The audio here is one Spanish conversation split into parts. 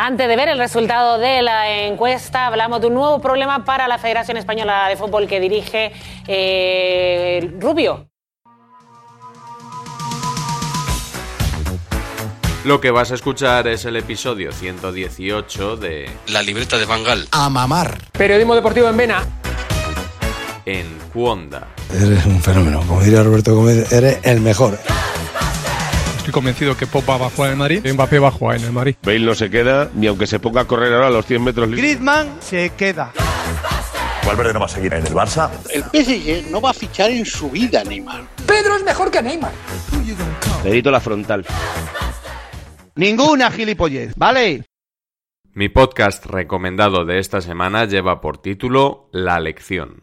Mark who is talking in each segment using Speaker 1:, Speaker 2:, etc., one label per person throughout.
Speaker 1: Antes de ver el resultado de la encuesta, hablamos de un nuevo problema para la Federación Española de Fútbol que dirige eh, Rubio.
Speaker 2: Lo que vas a escuchar es el episodio 118 de
Speaker 3: La libreta de Bangal.
Speaker 4: a mamar.
Speaker 5: Periodismo deportivo en Vena.
Speaker 2: En Cuonda.
Speaker 4: Eres un fenómeno, como diría Roberto Gómez, eres el mejor.
Speaker 5: Estoy convencido que Popa va a jugar en el Madrid. Mbappé va a jugar en el Madrid.
Speaker 6: Bale no se queda, ni aunque se ponga a correr ahora a los 100 metros libres.
Speaker 7: Griezmann se queda.
Speaker 8: Valverde no va a seguir en el Barça.
Speaker 9: El PSG no va a fichar en su vida, Neymar.
Speaker 5: Pedro es mejor que Neymar.
Speaker 6: Perito la frontal.
Speaker 7: Ninguna gilipollez, ¿vale?
Speaker 2: Mi podcast recomendado de esta semana lleva por título La lección.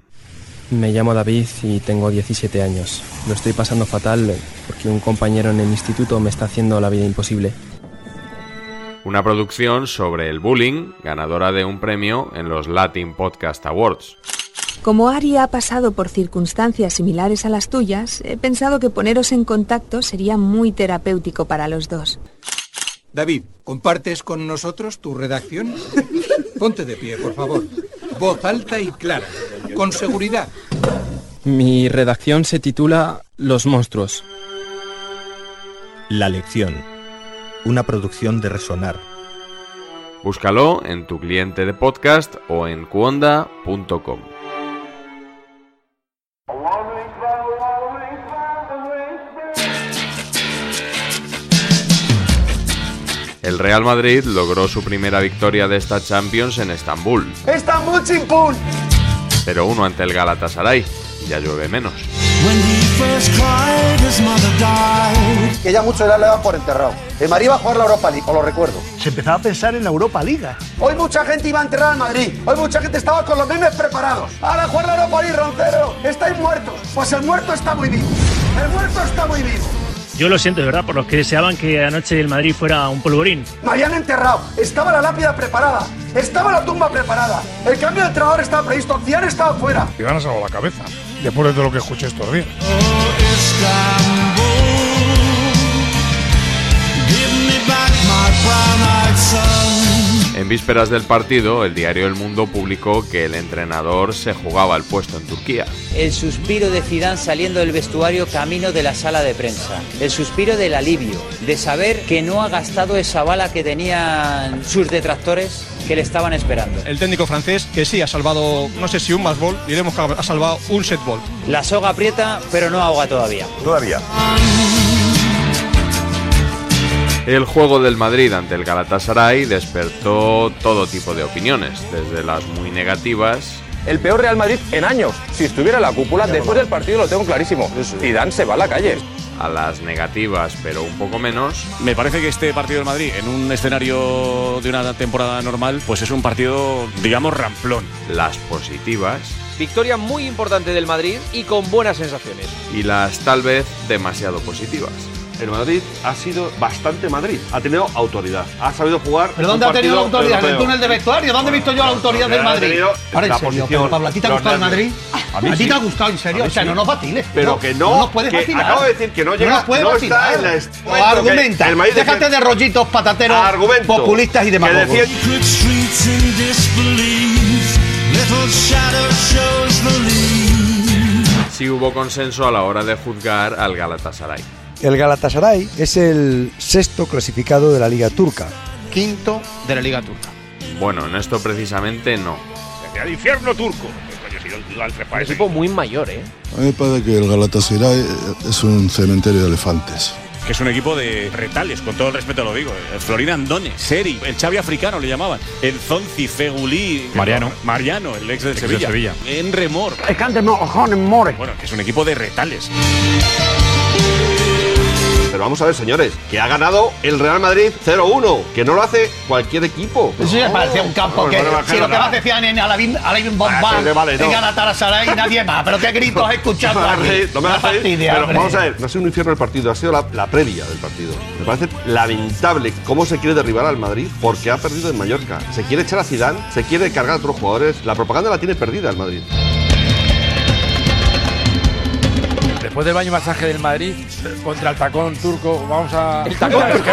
Speaker 5: Me llamo David y tengo 17 años. Lo estoy pasando fatal porque un compañero en el instituto me está haciendo la vida imposible.
Speaker 2: Una producción sobre el bullying, ganadora de un premio en los Latin Podcast Awards.
Speaker 10: Como Ari ha pasado por circunstancias similares a las tuyas, he pensado que poneros en contacto sería muy terapéutico para los dos.
Speaker 4: David, ¿compartes con nosotros tu redacción? Ponte de pie, por favor. Voz alta y clara, con seguridad.
Speaker 5: Mi redacción se titula Los monstruos.
Speaker 8: La lección. Una producción de resonar.
Speaker 2: Búscalo en tu cliente de podcast o en cuonda.com. El Real Madrid logró su primera victoria de esta Champions en Estambul.
Speaker 7: ¡Estambul chimpún!
Speaker 2: 0-1 ante el Galatasaray. Ya llueve menos.
Speaker 7: Que ya muchos ya le dan por enterrado. El Madrid va a jugar la Europa League, os lo recuerdo.
Speaker 9: Se empezaba a pensar en la Europa Liga.
Speaker 7: Hoy mucha gente iba a enterrar al Madrid. Hoy mucha gente estaba con los memes preparados. Ahora jugar la Europa League, Roncero. Estáis muertos. Pues el muerto está muy vivo. El muerto está muy vivo.
Speaker 9: Yo lo siento, de verdad, por los que deseaban que anoche el Madrid fuera un polvorín.
Speaker 7: Me habían enterrado. Estaba la lápida preparada. Estaba la tumba preparada. El cambio de entrenador estaba previsto. Cian estaba fuera.
Speaker 5: Y van a salvar la cabeza, después de lo que escuché estos días.
Speaker 2: En vísperas del partido, el diario El Mundo publicó que el entrenador se jugaba el puesto en Turquía.
Speaker 9: El suspiro de Zidane saliendo del vestuario camino de la sala de prensa. El suspiro del alivio, de saber que no ha gastado esa bala que tenían sus detractores que le estaban esperando.
Speaker 5: El técnico francés que sí ha salvado, no sé si un más ball, diremos que ha salvado un set ball.
Speaker 9: La soga aprieta, pero no ahoga todavía.
Speaker 8: Todavía.
Speaker 2: El juego del Madrid ante el Galatasaray despertó todo tipo de opiniones, desde las muy negativas
Speaker 6: El peor Real Madrid en años. Si estuviera en la cúpula, después del partido lo tengo clarísimo. Zidane se va a la calle.
Speaker 2: a las negativas, pero un poco menos,
Speaker 3: Me parece que este partido del Madrid, en un escenario de una temporada normal, pues es un partido, digamos, ramplón.
Speaker 2: las positivas
Speaker 5: Victoria muy importante del Madrid y con buenas sensaciones.
Speaker 2: y las tal vez demasiado positivas.
Speaker 6: El Madrid ha sido bastante Madrid. Ha tenido autoridad. Ha sabido jugar.
Speaker 7: ¿Pero dónde
Speaker 6: un
Speaker 7: ha tenido la
Speaker 6: partido
Speaker 7: autoridad? ¿En el
Speaker 6: europeo.
Speaker 7: túnel de vestuario? ¿Dónde he visto yo la autoridad del
Speaker 6: Ha
Speaker 7: Madrid?
Speaker 6: tenido
Speaker 7: Ahora, en
Speaker 6: la
Speaker 7: serio,
Speaker 6: posición,
Speaker 7: pero, Pablo, ¿a ti te ha
Speaker 6: los
Speaker 7: gustado el Madrid?
Speaker 6: nervios.
Speaker 7: ¿A,
Speaker 6: mí
Speaker 7: ti
Speaker 6: sí.
Speaker 7: te ha gustado, en
Speaker 6: A
Speaker 7: serio?
Speaker 6: mí
Speaker 7: O sea,
Speaker 6: sí.
Speaker 7: no nos vaciles.
Speaker 6: Pero que no,
Speaker 7: No nos puedes
Speaker 6: que
Speaker 7: vacilar.
Speaker 6: acabo de decir que no llega-
Speaker 7: nos puedes
Speaker 6: no está
Speaker 7: vacilar.
Speaker 6: en la est-
Speaker 7: No,
Speaker 6: momento que
Speaker 7: argumenta.
Speaker 6: el Madrid
Speaker 7: Déjate
Speaker 6: defiende-
Speaker 7: de rollitos patateros
Speaker 6: Argumento.
Speaker 7: populistas y demagogos.
Speaker 6: Que decía-
Speaker 2: Sí hubo consenso a la hora de juzgar al Galatasaray.
Speaker 4: El Galatasaray es el sexto clasificado de la Liga Turca.
Speaker 2: Quinto de la Liga Turca. Bueno, en esto precisamente no.
Speaker 11: Al infierno turco. Un equipo muy mayor, ¿eh?
Speaker 12: A mí me parece que el Galatasaray es un cementerio de elefantes.
Speaker 3: que es un equipo de retales, con todo el respeto lo digo. El Florina Andone, Seri, el Xavi africano le llamaban, el Zonzi, Fegulí,
Speaker 13: Mariano.
Speaker 3: Mariano, el ex del
Speaker 13: Ex del
Speaker 3: Sevilla,
Speaker 13: Sevilla.
Speaker 3: en Remor. Bueno, que es un equipo de retales.
Speaker 6: Pero vamos a ver, señores, que ha ganado el Real Madrid 0-1, que no lo hace cualquier equipo.
Speaker 14: Eso ya parecía un campo
Speaker 6: No,
Speaker 14: que
Speaker 6: no me
Speaker 14: si lo que
Speaker 6: nada.
Speaker 14: más decían en Alain, Alain
Speaker 6: Ah,
Speaker 14: Bomba,
Speaker 6: que le vale, no.
Speaker 14: en Galatasaray, nadie más. Pero qué gritos he escuchado
Speaker 6: No me
Speaker 14: aquí.
Speaker 6: hagáis- no me
Speaker 14: Una
Speaker 6: hagáis-
Speaker 14: fastidia,
Speaker 6: pero
Speaker 14: hombre.
Speaker 6: vamos a ver, no ha sido un infierno el partido, ha sido la, la previa del partido. Me parece lamentable cómo se quiere derribar al Madrid porque ha perdido en Mallorca. Se quiere echar a Zidane, se quiere cargar a otros jugadores. La propaganda la tiene perdida el Madrid.
Speaker 13: Después del baño masaje del Madrid
Speaker 15: eh,
Speaker 13: contra el tacón turco, vamos a. El
Speaker 15: tacón
Speaker 13: turco.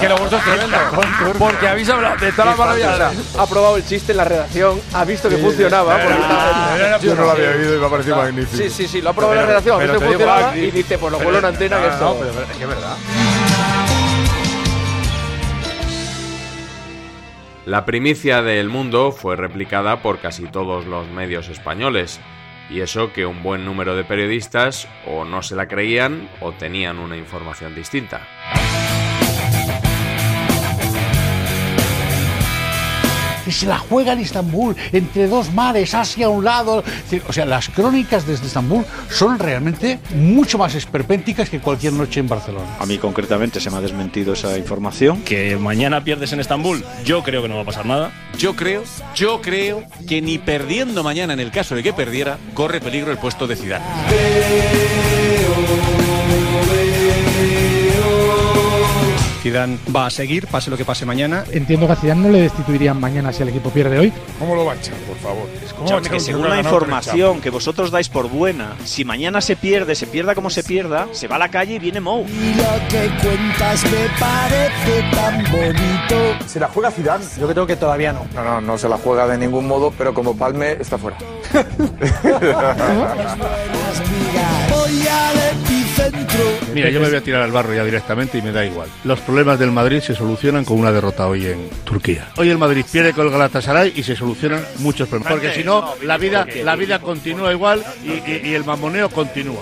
Speaker 13: que lo vuestro es tremendo. Porque habéis hablado de todas las maravillas. de la-
Speaker 15: Ha probado el chiste en la redacción, ha visto que funcionaba. porque estaba-
Speaker 13: Yo no lo había oído
Speaker 15: y me ha parecido
Speaker 13: magnífico.
Speaker 15: Ah, Sí, sí, sí, lo ha probado en la
Speaker 13: Pero-
Speaker 15: redacción, ha
Speaker 13: pero
Speaker 15: visto que
Speaker 13: te digo,
Speaker 15: funcionaba
Speaker 13: ah,
Speaker 15: y dice, pues lo vuelo en antena que
Speaker 13: Ah,
Speaker 15: esto.
Speaker 13: No, pero es que es verdad.
Speaker 2: La primicia del mundo fue replicada por casi todos los medios españoles, y eso que un buen número de periodistas o no se la creían o tenían una información distinta.
Speaker 16: que se la juega en Estambul, entre dos mares, Asia a un lado. Es decir, O sea, las crónicas desde Estambul son realmente mucho más esperpénticas que cualquier noche en Barcelona.
Speaker 8: A mí concretamente se me ha desmentido esa información. Que mañana pierdes en Estambul, yo creo que no va a pasar nada.
Speaker 3: Yo creo, yo creo que ni perdiendo mañana, en el caso de que perdiera, corre peligro el puesto de Zidane.
Speaker 17: Zidane va a seguir, pase lo que pase mañana.
Speaker 18: Entiendo que a Zidane no le destituirían mañana si el equipo pierde hoy.
Speaker 13: ¿Cómo lo va a echar, por favor?
Speaker 8: Escúchame, que según la información que vosotros dais por buena, si mañana se pierde, se pierda como se pierda, se va a la calle y viene Mou.
Speaker 19: Lo que cuentas me parece tan bonito. ¿Se la juega Zidane? Yo creo que todavía no.
Speaker 20: No, no, no se la juega de ningún modo, pero como palme está fuera.
Speaker 19: Voy al epicentro.
Speaker 21: Mira, yo me voy a tirar al barro ya directamente y me da igual. Los problemas del Madrid se solucionan con una derrota hoy en Turquía. Hoy el Madrid pierde con el Galatasaray y se solucionan muchos problemas. Porque si no, la vida, la vida continúa igual y, y- y el mamoneo continúa.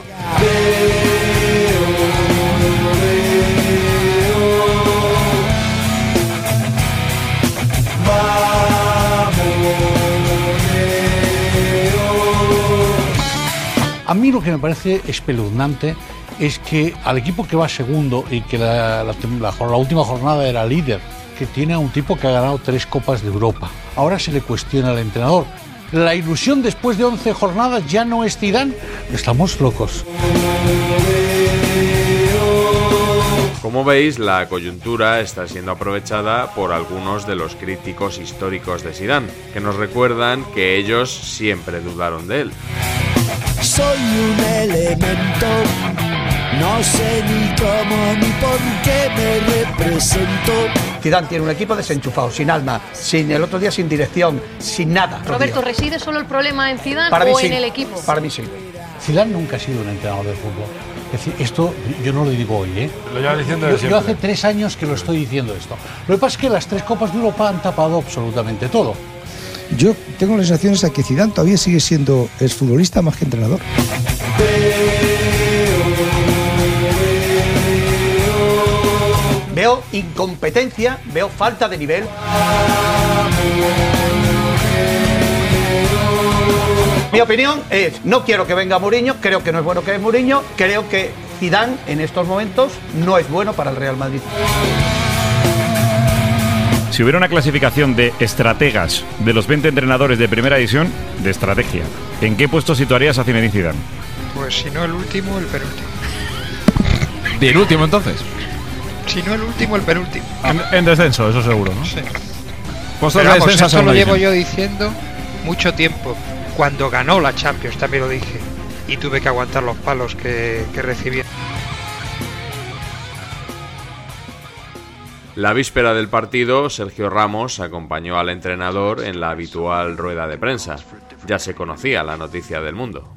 Speaker 16: A mí lo que me parece espeluznante es que al equipo que va segundo y que la, la- la jor- la última jornada era líder, que tiene a un tipo que ha ganado tres Copas de Europa, ahora se le cuestiona al entrenador. La ilusión después de 11 jornadas ya no es Zidane. Estamos locos.
Speaker 2: Como veis, la coyuntura está siendo aprovechada por algunos de los críticos históricos de Zidane, que nos recuerdan que ellos siempre dudaron de él.
Speaker 19: Soy un elemento. No sé ni cómo ni por qué me represento.
Speaker 14: Zidane tiene un equipo desenchufado, sin alma, sin el otro día sin dirección, sin nada.
Speaker 22: Roberto, ¿reside solo el problema en Zidane
Speaker 16: Para mí
Speaker 22: o
Speaker 16: sí.
Speaker 22: en el equipo?
Speaker 16: Para mí sí. Zidane nunca ha sido un entrenador de fútbol. Es decir, esto yo no lo digo hoy, ¿eh?
Speaker 13: Lo llevas diciendo
Speaker 16: yo,
Speaker 13: desde
Speaker 16: yo
Speaker 13: siempre.
Speaker 16: hace tres años que lo estoy diciendo esto. Lo que pasa es que las tres Copas de Europa han tapado absolutamente todo.
Speaker 4: Yo tengo la sensación esa que Zidane todavía sigue siendo es futbolista más que entrenador.
Speaker 14: Veo incompetencia, veo falta de nivel. Mi opinión es, no quiero que venga Mourinho, creo que no es bueno que es Mourinho, creo que Zidane en estos momentos no es bueno para el Real Madrid.
Speaker 23: Si hubiera una clasificación de estrategas de los 20 entrenadores de primera edición, de estrategia, ¿en qué puesto situarías a Zinedine Zidane?
Speaker 24: Pues si no el último, el penúltimo.
Speaker 23: ¿Y el último entonces?
Speaker 24: Si no el último, el penúltimo.
Speaker 13: En, en descenso, eso seguro, ¿no?
Speaker 24: Sí.
Speaker 23: Pues
Speaker 13: Puestos
Speaker 24: Pero
Speaker 13: de
Speaker 24: vamos,
Speaker 13: descenso a
Speaker 24: eso lo
Speaker 13: segunda
Speaker 24: llevo yo
Speaker 13: división.
Speaker 24: diciendo mucho tiempo. Cuando ganó la Champions también lo dije. Y tuve que aguantar los palos que, que recibí.
Speaker 2: La víspera del partido, Sergio Ramos acompañó al entrenador en la habitual rueda de prensa. Ya se conocía la noticia del mundo.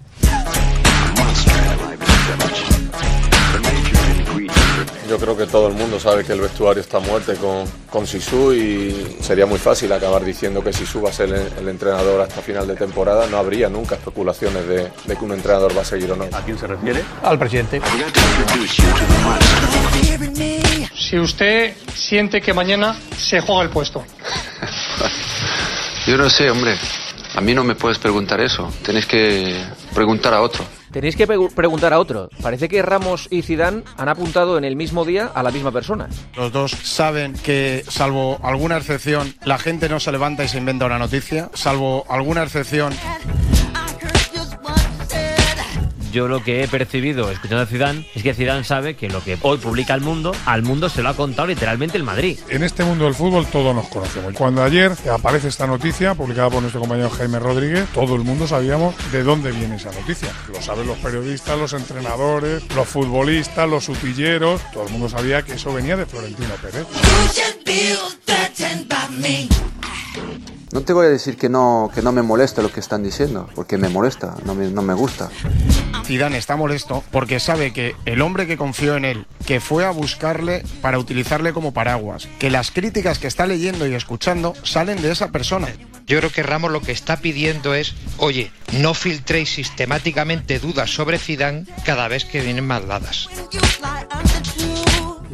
Speaker 25: Yo creo que todo el mundo sabe que el vestuario está a muerte con, con Sisu y sería muy fácil acabar diciendo que Sisu va a ser el, el entrenador hasta final de temporada. No habría nunca especulaciones de, de que un entrenador va a seguir o no. ¿A quién se refiere?
Speaker 26: Al presidente.
Speaker 27: Si usted siente que mañana se juega el puesto.
Speaker 25: Yo no sé, hombre. A mí no me puedes preguntar eso. Tenéis que preguntar a otro.
Speaker 28: Tenéis que pe- preguntar a otro. Parece que Ramos y Zidane han apuntado en el mismo día a la misma persona.
Speaker 29: Los dos saben que, salvo alguna excepción, la gente no se levanta y se inventa una noticia. Salvo alguna excepción.
Speaker 28: Yo lo que he percibido escuchando a Zidane es que Zidane sabe que lo que hoy publica el mundo, al mundo se lo ha contado literalmente el Madrid.
Speaker 30: En este mundo del fútbol todos nos conocemos. Cuando ayer aparece esta noticia, publicada por nuestro compañero Jaime Rodríguez, todo el mundo sabíamos de dónde viene esa noticia. Lo saben los periodistas, los entrenadores, los futbolistas, los sutilleros. Todo el mundo sabía que eso venía de Florentino Pérez.
Speaker 25: No te voy a decir que no, que no me molesta lo que están diciendo, porque me molesta, no me, no me gusta.
Speaker 29: Zidane está molesto porque sabe que el hombre que confió en él, que fue a buscarle para utilizarle como paraguas, que las críticas que está leyendo y escuchando salen de esa persona.
Speaker 31: Yo creo que Ramos lo que está pidiendo es, oye, no filtréis sistemáticamente dudas sobre Zidane cada vez que vienen más dadas.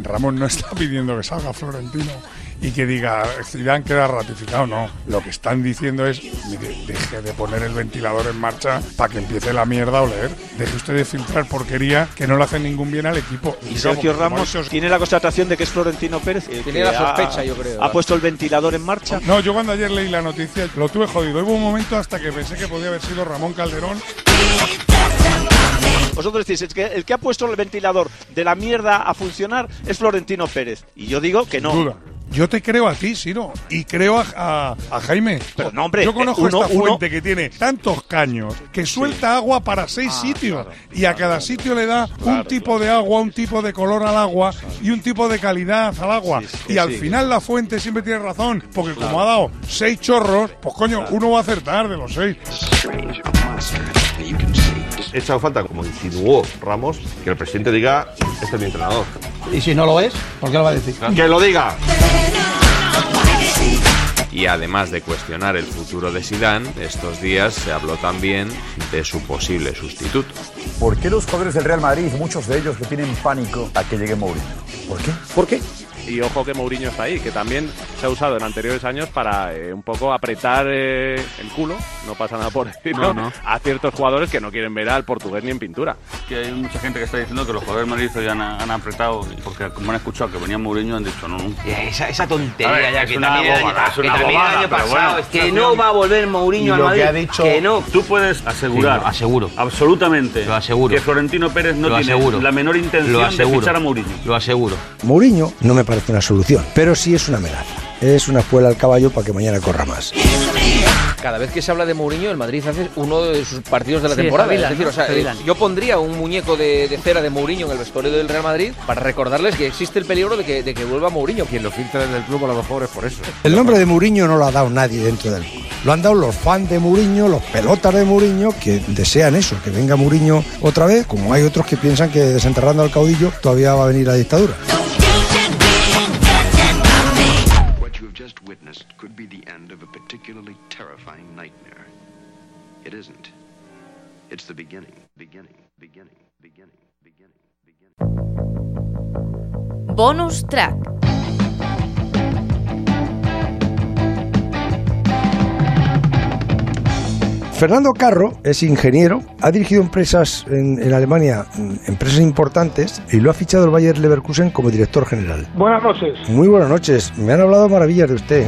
Speaker 30: Ramón no está pidiendo que salga Florentino y que diga Zidane queda ratificado, no. Lo que están diciendo es, mire, deje de poner el ventilador en marcha para que empiece la mierda a oler. Deje usted de filtrar porquería que no le hace ningún bien al equipo.
Speaker 8: Y Sergio
Speaker 30: vamos,
Speaker 8: Ramos tiene la constatación de que es Florentino Pérez. el
Speaker 28: Tiene
Speaker 8: que
Speaker 28: la
Speaker 8: ha-
Speaker 28: sospecha, yo creo.
Speaker 8: Ha puesto el ventilador en marcha.
Speaker 30: No, yo cuando ayer leí la noticia lo tuve jodido. Hubo un momento hasta que pensé que podía haber sido Ramón Calderón.
Speaker 8: Vosotros decís es que el que ha puesto el ventilador de la mierda a funcionar es Florentino Pérez. Y yo digo que no.
Speaker 30: duda. Yo te creo a ti, Siro, y creo a, a- a Jaime.
Speaker 8: Pero no, hombre,
Speaker 30: yo conozco
Speaker 8: eh, uno-
Speaker 30: esta
Speaker 8: uno-
Speaker 30: fuente que tiene tantos caños que suelta agua para seis
Speaker 8: Ah,
Speaker 30: sitios y a cada sitio le da un tipo de agua, un tipo de color al agua y un tipo de calidad al agua. y al
Speaker 6: sí,
Speaker 30: final la fuente siempre tiene razón, porque como ha dado seis chorros, pues coño, uno va a acertar de los seis.
Speaker 6: He echado falta, como insinuó Ramos, que el presidente diga, este es mi entrenador.
Speaker 26: Y si no lo es, ¿por qué lo va a decir?
Speaker 6: Que lo diga.
Speaker 32: Y además de cuestionar el futuro de Zidane, estos días se habló también de su posible sustituto.
Speaker 33: ¿Por qué los jugadores del Real Madrid, muchos de ellos que tienen pánico a que llegue Mourinho? ¿Por qué? ¿Por qué?
Speaker 2: Y ojo que Mourinho está ahí, que también se ha usado en anteriores años para eh, un poco apretar eh, el culo, no pasa nada por decirlo,
Speaker 3: No, no.
Speaker 2: a ciertos jugadores que no quieren ver al portugués ni en pintura.
Speaker 3: Que hay mucha gente que está diciendo que los jugadores madridistas ya han, han apretado porque como han escuchado que venía Mourinho han dicho no, no.
Speaker 2: Esa, esa tontería
Speaker 3: A ver,
Speaker 2: ya
Speaker 3: es
Speaker 2: que
Speaker 3: una
Speaker 2: también, el año-
Speaker 3: bobada, es
Speaker 2: que
Speaker 3: una
Speaker 2: también el
Speaker 3: bobada,
Speaker 2: año
Speaker 3: pero
Speaker 2: pasado
Speaker 3: bueno.
Speaker 2: es que no va a volver Mourinho al Madrid. que no.
Speaker 3: Tú puedes asegurar,
Speaker 2: Sí, lo aseguro.
Speaker 3: absolutamente, lo aseguro. que Florentino Pérez no
Speaker 2: Lo
Speaker 3: tiene
Speaker 2: aseguro.
Speaker 3: la menor
Speaker 2: Lo
Speaker 3: intención de
Speaker 2: aseguro.
Speaker 3: fichar a Mourinho.
Speaker 2: Lo aseguro.
Speaker 29: Mourinho no me parece una solución, pero sí es una amenaza. Es una espuela al caballo para que mañana corra más.
Speaker 28: Cada vez que se habla de Mourinho, el Madrid hace uno de sus partidos de la
Speaker 29: Sí,
Speaker 28: temporada.
Speaker 29: espabilan,
Speaker 28: es decir, o sea,
Speaker 29: ¿no? Espabilan.
Speaker 28: eh, yo pondría un muñeco de, de cera de Mourinho en el vestuario del Real Madrid para recordarles que existe el peligro de que, de que vuelva Mourinho. Quien lo filtra desde el club a lo mejor es por eso.
Speaker 4: El nombre de Mourinho no lo ha dado nadie dentro del club. Lo han dado los fans de Mourinho, los pelotas de Mourinho, que desean eso, que venga Mourinho otra vez, como hay otros que piensan que desenterrando al caudillo todavía va a venir la dictadura.
Speaker 19: What you have just witnessed could be the end of a particularly terrifying nightmare. It isn't. It's the beginning, beginning, beginning, beginning, beginning.
Speaker 10: Bonus track.
Speaker 4: Fernando Carro es ingeniero, ha dirigido empresas en, en Alemania, mm, empresas importantes, y lo ha fichado el Bayer Leverkusen como director general.
Speaker 19: Buenas noches.
Speaker 4: Muy buenas noches, me han hablado maravillas de usted.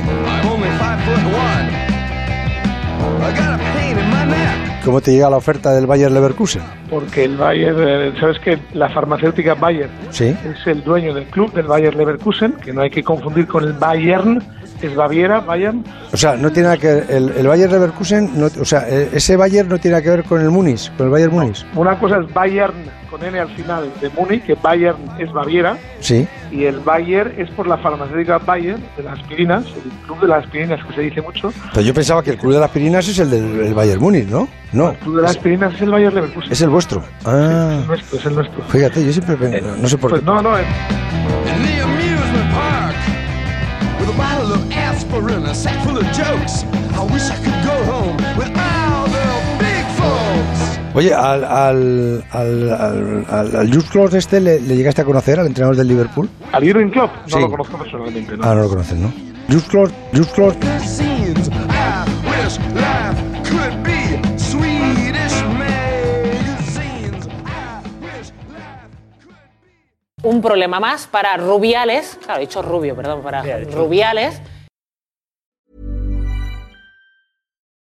Speaker 4: ¿Cómo te llega la oferta del Bayer Leverkusen?
Speaker 19: Porque el Bayer, eh, sabes que la farmacéutica Bayer
Speaker 4: Sí.
Speaker 19: es el dueño del club del Bayer Leverkusen, que no hay que confundir con el Bayern, es Baviera, Bayern.
Speaker 4: O sea, no tiene nada que ver, el, el Bayer e, Leverkusen, no- o sea, eh, ese Bayer no tiene nada que ver con el Munis, con el Bayern Munis.
Speaker 19: Una cosa es Bayern
Speaker 30: con N al final de Múnich, que Bayern es Baviera,
Speaker 4: Sí.
Speaker 30: y el Bayer es por la farmacéutica Bayer de las aspirinas, el club de las aspirinas que se dice mucho.
Speaker 4: Pero yo pensaba que el club de las Pirinas es el del el Bayern Múnich, ¿no? No,
Speaker 30: El club de las aspirinas es el Bayer Leverkusen.
Speaker 4: es el vuestro. Ah,
Speaker 30: Nuestro, es el nuestro.
Speaker 4: fíjate, yo siempre pe- no sé por
Speaker 30: Pues
Speaker 4: qué.
Speaker 30: no, no, es-
Speaker 19: In the amusement park, with a bottle of aspirin, a sack full of jokes. I wish I could go home with all the big folks.
Speaker 4: Oye, al al al al, al, al Jürgen Klopp este le, le llegaste a conocer al entrenador del Liverpool?
Speaker 30: al Jürgen Klopp no
Speaker 4: Sí.
Speaker 30: lo conozco personalmente, ¿no?
Speaker 4: Ah, no lo conoces, ¿no? Jürgen Klopp, Jürgen Klopp.
Speaker 19: Scenes. I wish life could be Swedish magazines.
Speaker 1: Un problema más para Rubiales. Claro, he dicho Rubio, perdón, para Rubiales.